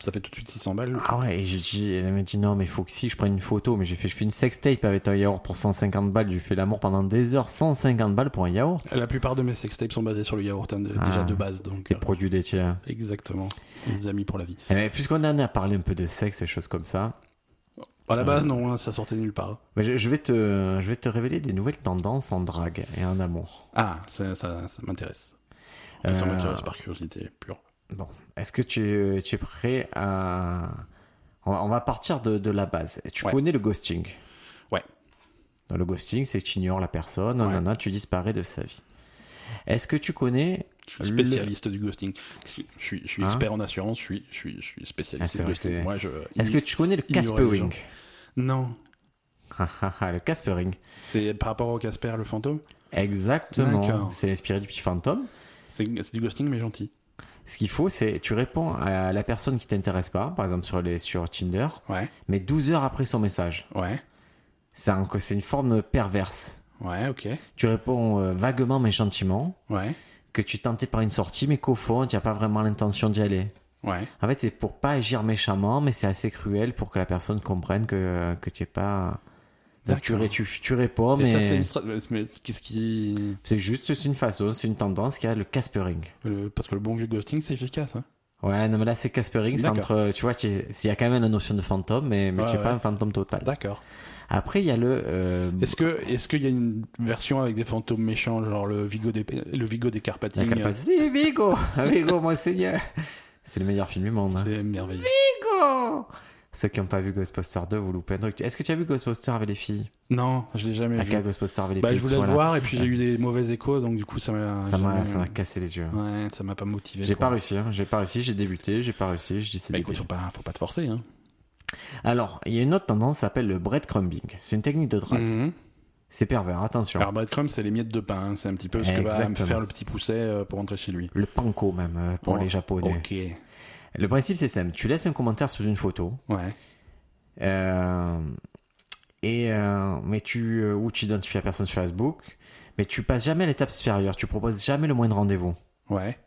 Ça fait tout de suite 600 balles. Ah ouais, et j'ai dit, elle m'a dit non, mais il faut que si je prenne une photo, mais j'ai fait, je fais une sextape avec un yaourt pour 150 balles, j'ai fait l'amour pendant des heures, 150 balles pour un yaourt. La plupart de mes sextapes sont basés sur le yaourt, hein, de- Ah. déjà de base. Donc, Les euh, produits laitiers. hein. exactement. Des amis pour la vie. Eh ben, Puisqu'on en a parlé un peu de sexe et choses comme ça, À la base, non, hein, ça sortait nulle part. mais je, je vais te, je vais te révéler des nouvelles tendances en drague et en amour. Ah, ça, ça, ça m'intéresse. Enfin, Ça Euh, m'intéresse par curiosité pure. Bon, est-ce que tu, tu es prêt à... On va, on va partir de, de la base. Tu Ouais. connais le ghosting Ouais. Le ghosting, c'est que tu ignores la personne, Ouais. nanana, tu disparais de sa vie. Est-ce que tu connais Je suis spécialiste du ghosting. Je suis, je suis Hein expert en assurance, je suis, je suis, je suis Ah, spécialiste c'est du vrai, ghosting. c'est- Moi, je... Est-ce que tu connais le ignorer les gens. Caspering Non, Ah, ah, ah, Le Caspering. c'est par rapport au Casper, le fantôme D'accord. Exactement. C'est inspiré du petit fantôme. C'est c'est du ghosting, mais gentil. Ce qu'il faut, c'est tu réponds à la personne qui t'intéresse pas, par exemple sur, les, sur Tinder, Ouais, mais 12 heures après son message. ouais, C'est un- c'est une forme perverse. ouais, ok, Tu réponds euh, vaguement mais gentiment, ouais, que tu es tenté par une sortie, mais qu'au fond, tu n'as pas vraiment l'intention d'y aller. ouais. En fait, c'est pour pas agir méchamment, mais c'est assez cruel pour que la personne comprenne que, que tu es pas. Donc tu, D'accord. ré- tu, tu réponds, Et mais ça, c'est une stra- Oh, mais qu'est-ce qui... c'est juste c'est une façon, c'est une tendance qui a le Caspering. le- Parce que le bon vieux ghosting, c'est efficace, hein. Ouais, non, mais là, c'est Caspering, c'est D'accord. entre, tu vois, tu es- s'il y a quand même la notion de fantôme, mais, mais Ouais, tu es ouais. pas un fantôme total. Ah, D'accord. Après, il y a le, euh, Est-ce que, est-ce qu'il y a une version avec des fantômes méchants, genre le Vigo des, le Vigo des il y a Carpatines quelqu'un qui passe, Si, euh, Vigo, Vigo, mon seigneur. C'est le meilleur film du monde. hein. C'est merveilleux. Vigo! Ceux qui n'ont pas vu Ghostbusters 2, vous loupez un truc. Est-ce que tu as vu Ghostbusters avec les filles Non, je l'ai jamais Aka vu. Ghostbusters avec les Bah, putes, je voulais voilà. le voir et puis j'ai eu des mauvais échos, donc du coup, ça m'a. Ça m'a jamais- ça m'a cassé les yeux. Ouais, ça m'a pas motivé. J'ai quoi. pas réussi, hein. j'ai pas réussi, j'ai débuté, j'ai pas réussi, je dis c'est Bah, écoute, débile. faut pas, faut pas te forcer. Hein. Alors, il y a une autre tendance, ça s'appelle le breadcrumbing. C'est une technique de drague. Mhm. C'est pervers, attention. Alors, breadcrumb, c'est les miettes de pain. hein. C'est un petit peu ce que va me Exactement. faire le petit pousset euh, pour rentrer chez lui. Le panko même, euh, pour Oh, les japonais. Ok. Ouais. Le principe c'est simple, tu laisses un commentaire sous une photo, euh, et euh, mais tu, euh, ou tu identifies la personne sur Facebook, mais tu passes jamais à l'étape supérieure, tu proposes jamais le moindre rendez-vous. Ouais.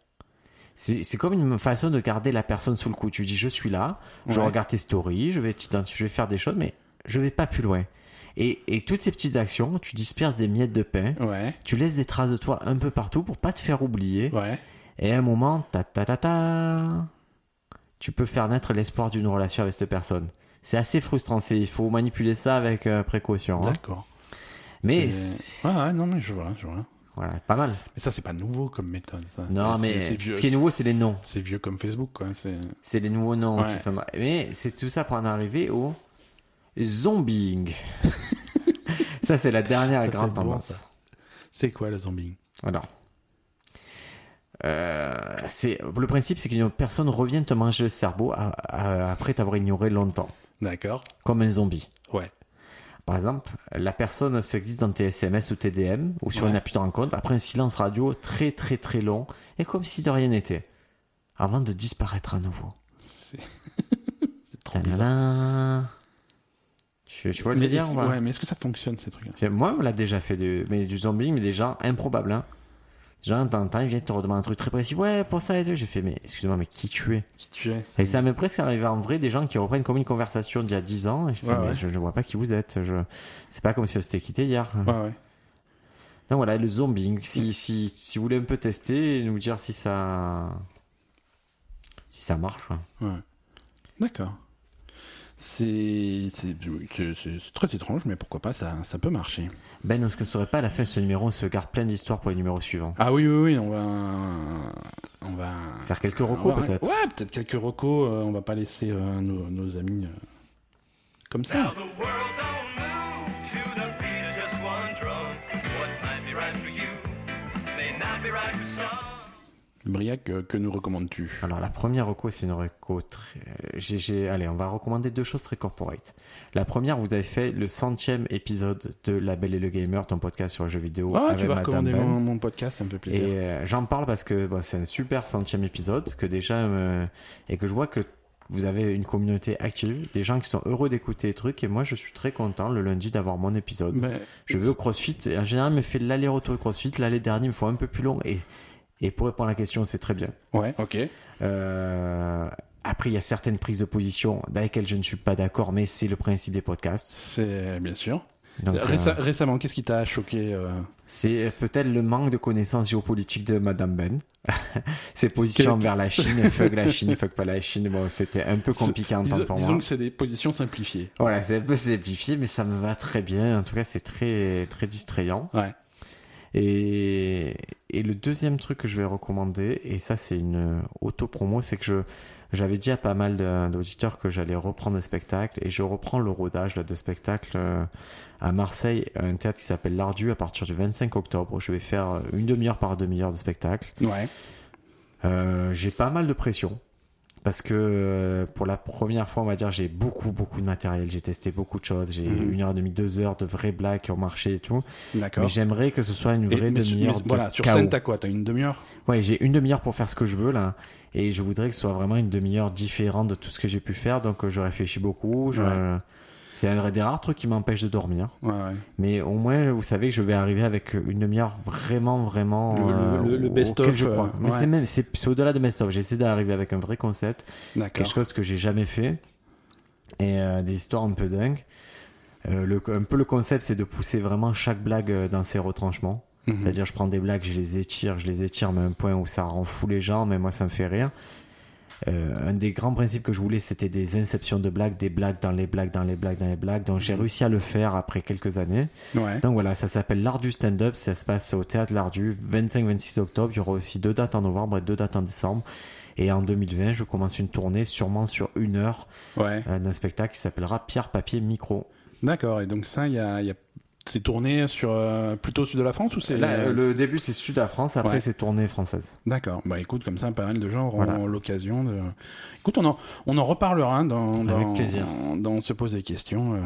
C'est c'est comme une façon de garder la personne sous le coup. Tu dis je suis là, je Ouais. regarde tes stories, je vais t'identifier, je vais faire des choses, mais je vais pas plus loin. Et, et toutes ces petites actions, tu disperses des miettes de pain, Ouais. tu laisses des traces de toi un peu partout pour pas te faire oublier. Ouais. Et à un moment, ta ta ta ta, tu peux faire naître l'espoir d'une relation avec cette personne. C'est assez frustrant, c'est- il faut manipuler ça avec euh, précaution. hein. D'accord. Mais C'est- c'est- Ouais, ouais, non, mais je vois, je vois. voilà, pas mal. Mais ça, c'est pas nouveau comme méthode, ça. Non, C'est- mais c'est- C'est vieux. ce qui est nouveau, c'est les noms. C'est vieux comme Facebook, quoi. C'est. C'est les nouveaux noms Ouais. qui sont. Mais c'est tout ça pour en arriver au zombieing. ça, c'est la dernière Ça, grande c'est bon, tendance. ça. C'est quoi le zombie Alors. Euh, c'est- le principe, c'est qu'une personne revient te manger le cerveau à- à- après t'avoir ignoré longtemps, D'accord. comme un zombie. Ouais. Par exemple, la personne se glisse dans tes SMS ou tes DM ou sur Ouais. une appli de rencontre après un silence radio très très très long et comme si de rien n'était, avant de disparaître à nouveau. C'est c'est trop bizarre. Tadadam. Tu, tu vois le Mais délire est-ce- ou pas ouais, mais est-ce que ça fonctionne ces trucs-là J'ai- Moi, on l'a déjà fait du, mais du zombie, mais des gens improbables. Hein. Des gens, t'entends, ils viennent te redemander un truc très précis. Ouais, pour ça et tout. J'ai fait, mais excuse-moi, mais qui tu es Qui tu es Et ça m'est presque arrivé en vrai, des gens qui reprennent comme une conversation d'il y a 10 ans. Et je, fais, Ouais, mais ouais. je ne vois pas qui vous êtes. Je... C'est pas comme si on s'était quitté hier. Ouais, ouais. Donc voilà, le zombie. Si, si, si vous voulez un peu tester et nous dire si ça. Si ça marche. quoi. ouais. D'accord. C'est c'est- oui, c'est- c'est- c'est très étrange, mais pourquoi pas, ça, ça peut marcher. Ben, est-ce que ce serait pas à la fin de ce numéro On se garde plein d'histoires pour les numéros suivants. Ah oui, oui, oui, on va. On va. Faire quelques on recos va- peut-être. Ouais, peut-être quelques recos. euh, on va pas laisser euh, nos, nos amis euh, comme Now ça. the world don't move to the beat of just one drum. What might be right for you may not be right for some. Briac, euh, que nous recommandes-tu Alors la première reco, c'est une reco très... euh, j'ai- j'ai- Allez, on va recommander deux choses très corporate. La première, vous avez fait le centième épisode de La Belle et le Gamer, ton podcast sur les jeux vidéo. Ah, avec tu vas Madame recommander Ben. mon, mon podcast, ça me fait Et plaisir. euh, j'en parle parce que bon, c'est un super centième épisode que déjà euh, et que je vois que vous avez une communauté active, des gens qui sont heureux d'écouter les trucs et moi je suis très content le lundi d'avoir mon épisode. Ben, euh, Je vais au CrossFit. et En général, il me fait de l'aller-retour au CrossFit. L'année dernière, il me faut un peu plus long et et pour répondre à la question, c'est très bien. Ouais, ok. Euh, après, il y a certaines prises de position dans lesquelles je ne suis pas d'accord, mais c'est le principe des podcasts. C'est bien sûr. Donc, euh, Réce- Récemment, qu'est-ce qui t'a choqué euh, c'est peut-être le manque de connaissances géopolitiques de Madame Ben. Ses positions Quel- envers la Chine, fuck la Chine, fuck pas la Chine. Bon, c'était un peu compliqué à Disons, entendre pour disons moi. que c'est des positions simplifiées. Voilà, c'est un peu simplifié, mais ça me va très bien. En tout cas, c'est très, très distrayant. Ouais. Et, et le deuxième truc que je vais recommander, et ça c'est une euh, auto-promo, c'est que je j'avais dit à pas mal de- d'auditeurs que j'allais reprendre des spectacles, et je reprends le rodage là, de spectacles euh, à Marseille, un théâtre qui s'appelle L'Ardu à partir du 25 octobre. Je vais faire euh, une demi-heure par demi-heure de spectacle. Ouais. Euh, j'ai pas mal de pression. Parce que euh, pour la première fois, on va dire, j'ai beaucoup, beaucoup de matériel. J'ai testé beaucoup de choses. J'ai Mhm. une heure et demie, deux heures de vraies blagues qui ont marché et tout. Mais D'accord. j'aimerais que ce soit une Et- vraie mais sur- demi-heure. mais de voilà, sur chaos. scène, t'as quoi T'as une demi-heure Ouais, j'ai une demi-heure pour faire ce que je veux là, et je voudrais que ce soit vraiment une demi-heure différente de tout ce que j'ai pu faire. Donc euh, je réfléchis beaucoup. Je... Ouais. C'est un des rares trucs qui m'empêche de dormir. Ouais, ouais. Mais au moins, vous savez que je vais arriver avec une demi-heure vraiment, vraiment. Le- euh, le- le au- best-of, auquel je crois. euh, Mais ouais. c'est même, c'est c'est au-delà de best-of. J'essaie d'arriver avec un vrai concept, quelque D'accord. chose que j'ai jamais fait, et euh, des histoires un peu dingues. Euh, le, un peu le concept, c'est de pousser vraiment chaque blague euh, dans ses retranchements. Mhm. C'est-à-dire, je prends des blagues, je les étire, je les étire, mais à un point où ça rend fou les gens, mais moi, ça me fait rire. Euh, un des grands principes que je voulais, c'était des inceptions de blagues, des blagues dans les blagues, dans les blagues, dans les blagues. Donc, j'ai Mhm. réussi à le faire après quelques années. Ouais. Donc, voilà, ça s'appelle l'art du stand-up. Ça se passe au théâtre l'art du 25-26 octobre. Il y aura aussi deux dates en novembre et deux dates en décembre. Et en 2020, je commence une tournée, sûrement sur une heure, Ouais. euh, d'un spectacle qui s'appellera Pierre, Papier, Micro. D'accord. Et donc ça, il y a, il y a- c'est tourné sur euh, plutôt sud de la France ou c'est Là, euh, le début, c'est Sud de la France, après, Ouais. c'est tournée française. D'accord. Bah écoute, comme ça, pas mal de gens auront Voilà. l'occasion de. Écoute, on en, on en reparlera dans, dans, plaisir. dans se poser des questions. euh,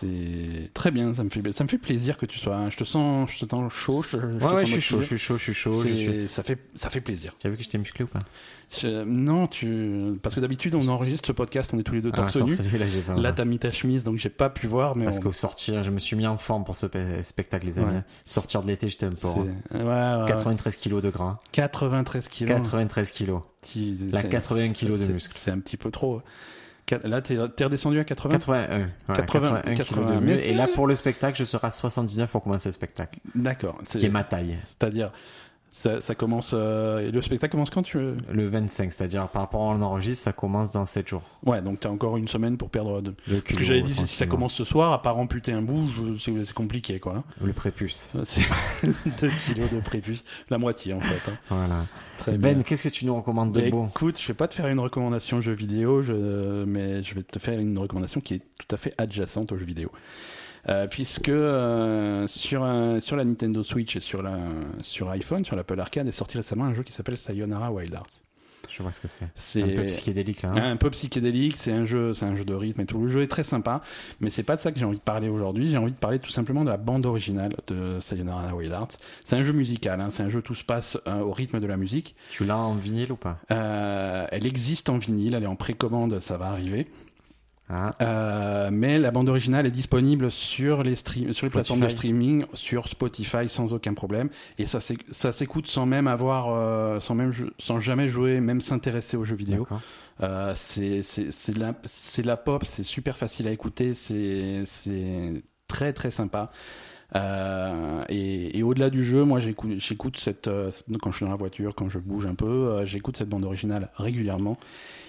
C'est très bien, ça me fait ça me fait plaisir que tu sois. Je te sens, je te sens chaud. Je, je te ouais, sens ouais, je suis chaud, je motivé. suis chaud, je suis chaud. je C'est- suis- Ça fait ça fait plaisir. Tu as vu que j'étais musclé ou pas Je- non, tu parce que d'habitude on enregistre ce podcast, on est tous les deux torse Ah, nus. torse nu, là, j'ai pas- Là, t'as mis ta chemise, donc j'ai pas pu voir, mais Parce on- qu'au sortir, je me suis mis en forme pour ce pe- spectacle, les amis. Ouais. Sortir de l'été, j'étais un peu. c'est- ouais, ouais, ouais. 93 kilos de gras. 93 kilos. 93 kilos. Qui- La c'est- 81 kilos de c'est- muscle. C'est un petit peu trop. Quat- Là, t'es t'es redescendu à 80 81. voilà, 80, 81 kilos 80, de mais mieux. c'est- Et là, pour le spectacle, je serai à 79 pour commencer le spectacle. D'accord. Ce qui est C'est- ma taille. C'est-à-dire, ça, ça commence. euh, et le spectacle commence quand tu veux Le 25, c'est-à-dire par rapport à on enregistre, ça commence dans 7 jours. Ouais, donc t'as encore une semaine pour perdre. De... Le Ce que culot, j'avais dit, si ça tranquillement. commence ce soir, à part amputer un bout, je- c'est c'est compliqué, quoi. hein. Le prépuce. C'est 2 kilos de prépuce, la moitié en fait. hein. Voilà. Très ben, bien. qu'est-ce que tu nous recommandes de Bah, beau écoute, je vais pas te faire une recommandation jeu vidéo, je- mais je vais te faire une recommandation qui est tout à fait adjacente aux jeux vidéo. Euh, puisque euh, sur, un- sur la Nintendo Switch et sur, la, sur iPhone, sur l'Apple Arcade, est sorti récemment un jeu qui s'appelle Sayonara Wild Arts. Je vois ce que c'est. C'est Un peu psychédélique, là. hein. un peu psychédélique, c'est un jeu, c'est un jeu de rythme et tout. Le jeu est très sympa, mais c'est pas de ça que j'ai envie de parler aujourd'hui. J'ai envie de parler tout simplement de la bande originale de Sayonara Wild Arts. C'est un jeu musical, hein, c'est un jeu où tout se passe euh, au rythme de la musique. Tu l'as en vinyle ou pas Euh, elle existe en vinyle, elle est en précommande, ça va arriver. Ah, Euh, mais la bande originale est disponible sur les, stream- sur les plateformes de streaming, sur Spotify sans aucun problème. Et ça s'éc- ça s'écoute sans même avoir, euh, sans même, jou- sans jamais jouer, même s'intéresser aux jeux vidéo. d'accord. Euh, c'est c'est- c'est de la, c'est de la pop, c'est super facile à écouter, c'est c'est très très sympa. Euh, et et au-delà du jeu, moi j'écoute j'écoute cette euh, quand je suis dans la voiture, quand je bouge un peu, euh, j'écoute cette bande originale régulièrement.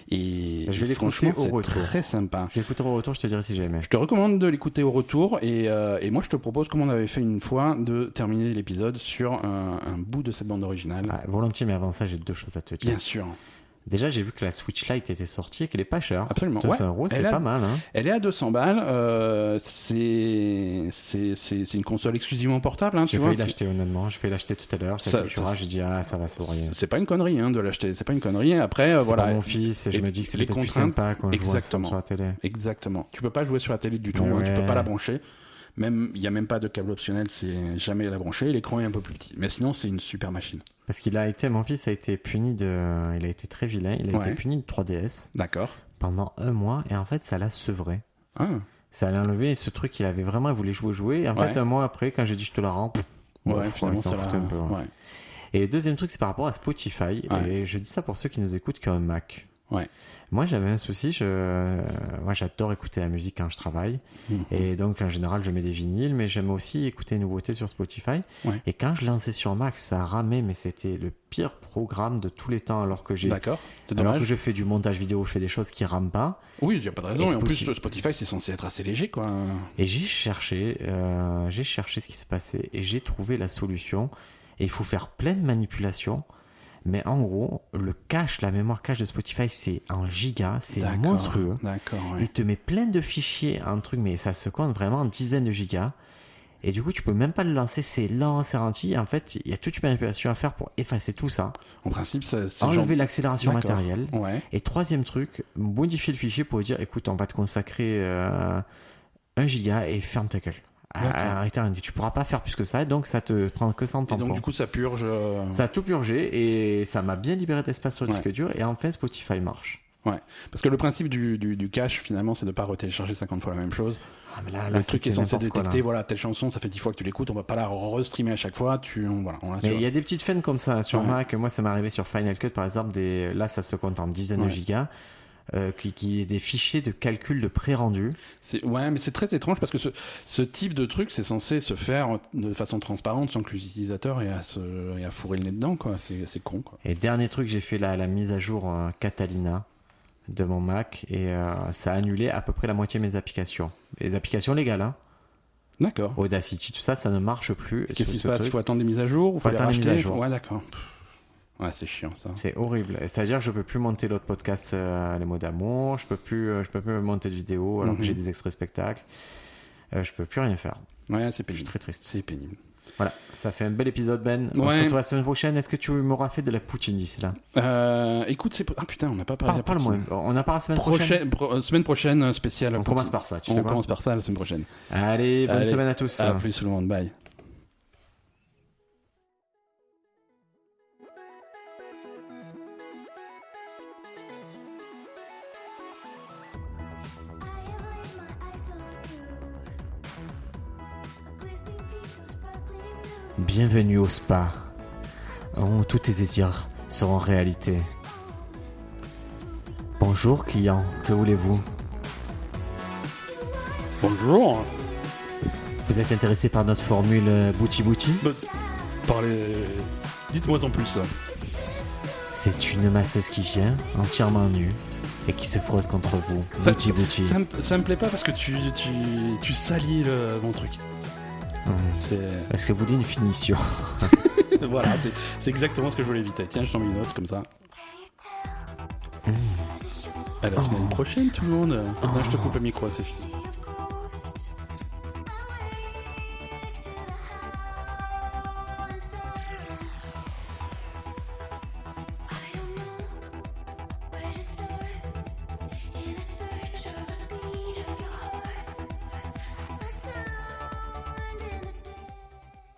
Et Je vais l'écouter franchement, au c'est retour. très sympa. J'écouterai au retour, je te dirai si j'ai aimé. Je te recommande de l'écouter au retour et, euh, et moi je te propose, comme on avait fait une fois, de terminer l'épisode sur un, un bout de cette bande originale. Ah, volontiers, mais avant ça, j'ai deux choses à te dire. Mm. Bien sûr, Déjà, j'ai vu que la Switch Lite était sortie et qu'elle est pas chère. absolument. 200 Ouais. euros, c'est elle a- pas mal. Hein. Elle est à 200 balles. euh, c'est c'est c'est c'est une console exclusivement portable, hein, tu J'ai vois. failli l'acheter, honnêtement. J'ai failli l'acheter tout à l'heure. Ça- Ça, ça- j'ai dit, ah, ça va C'est- s'ouvrir. C'est pas une connerie hein, de l'acheter. C'est pas une connerie. Après, euh, C'est voilà. pour mon fils et je Et me dis que c'est les peut-être plus contraintes- sympa quand je vois un film Exactement. sur la télé. Exactement. Tu peux pas jouer sur la télé du tout. Mais hein, Tu peux ouais. pas la brancher. Même il y a même pas de câble optionnel. C'est jamais la brancher. L'écran est un peu plus petit. Mais sinon, c'est une super machine. Parce qu'il a été, mon fils a été puni de, il a été très vilain. Il a Ouais. été puni de 3DS D'accord. pendant un mois et en fait, ça l'a sevré. Ah, Ça l'a enlevé ce truc qu'il avait vraiment, il voulait jouer, jouer. Et en Ouais. fait, un mois après, quand j'ai dit, je te la rends. pff, ouais. bon, finalement, ils s'en ça va- foutent un peu, hein. ouais. ouais. Et le deuxième truc, c'est par rapport à Spotify. Ouais. Et je dis ça pour ceux qui nous écoutent qui ont un Mac. Ouais. Moi, j'avais un souci. Je... euh, Moi, j'adore écouter la musique quand je travaille. Mhm. Et donc, en général, je mets des vinyles, mais j'aime aussi écouter les nouveautés sur Spotify. Ouais. Et quand je lançais sur Mac, ça ramait, mais c'était le pire programme de tous les temps. Alors que j'ai. D'accord. Bah, C'est Alors dommage. que je fais du montage vidéo, je fais des choses qui rament pas. Oui, il y a pas de raison. Et Et, en plus, Spotify- Spotify, c'est censé être assez léger, quoi. Et j'ai cherché, euh, j'ai cherché ce qui se passait et j'ai trouvé la solution. Et il faut faire plein de manipulations. Mais en gros, le cache, la mémoire cache de Spotify, c'est en giga, c'est D'accord. monstrueux. D'accord. ouais. Il te met plein de fichiers, un truc, mais ça se compte vraiment en dizaines de gigas. Et du coup, tu peux même pas le lancer, c'est lent, c'est ralenti. En fait, il y a toute une manipulation à faire pour effacer tout ça, En principe, ça- c'est genre- enlever l'accélération D'accord. matérielle. Ouais. Et troisième truc, modifier le fichier pour dire écoute, on va te consacrer euh, 1 giga et ferme ta gueule. Ah, D'accord. Arrêtez, arrêtez. Tu pourras pas faire plus que ça, donc ça te prend que 100 Et donc tampons. du coup ça purge. euh, Ça a tout purgé et ça m'a bien libéré d'espace sur le Ouais. disque dur. Et enfin, Spotify marche. Parce que le principe du, du, du cache finalement c'est de pas retélécharger 50 fois la même chose. Ah, mais là, le truc est censé détecter, détecter. voilà, telle chanson, ça fait 10 fois que tu l'écoutes, on va pas la restreamer à chaque fois, tu, on, voilà, on la mais sur- il y a des petites fans comme ça sur Ouais. Mac. Moi, ça m'est arrivé sur Final Cut, par exemple. Des... Là, ça se compte en dizaines Ouais. de gigas. euh, qui, qui est des fichiers de calcul de pré-rendu. C'est- Ouais, mais c'est très étrange parce que ce, ce type de truc c'est censé se faire de façon transparente sans que l'utilisateur ait à, se, ait à fourrer le nez dedans, quoi. C'est c'est con, quoi. Et dernier truc, j'ai fait la, la mise à jour euh, Catalina de mon Mac et euh, ça a annulé à peu près la moitié de mes applications. Les applications légales, hein. D'accord. Audacity, tout ça, ça ne marche plus. Qu'est-ce sur qui ce se passe Il truc. faut attendre des mises à jour ou faut Faut les attendre les mises racheter à jour. Ouais, d'accord. Ouais, c'est chiant ça. C'est horrible. C'est-à-dire, je peux plus monter l'autre podcast, euh, les mots d'amour. Je peux plus, euh, je peux plus monter de vidéo alors Mhm. que j'ai des extraits spectacles. Euh, je peux plus rien faire. Ouais, c'est Je suis pénible. très triste. C'est pénible. Voilà, ça fait un bel épisode, Ben. On Ouais. se retrouve la semaine prochaine. Est-ce que tu m'auras fait de la poutine d'ici là Euh, écoute, c'est. Ah putain, on n'a pas parlé Parle- de la Parle-moi. prochaine- On en parle la semaine prochaine. Prochaine, pro- euh, semaine prochaine euh, spéciale. On pour- commence par ça, tu sais On pas commence par ça la semaine prochaine. Allez, bonne Allez, semaine à tous. À plus tout le monde, bye. Bienvenue au spa, où tous tes désirs seront réalité. Bonjour client, que voulez-vous Bonjour. Vous êtes intéressé par notre formule euh, Bouti Bouti Parlez. Dites-moi en plus. C'est une masseuse qui vient, entièrement nue, et qui se frotte contre vous. Ça- Bouti Bouti. Ça me, ça me plaît pas parce que tu, tu, tu salis le, mon truc. Hum. C'est. Est-ce que vous voulez une finition voilà, c'est- c'est exactement ce que je voulais éviter. Tiens, je t'en mets une autre comme ça. Oh. À la semaine prochaine, tout le monde. Non, je te coupe le micro, c'est fini.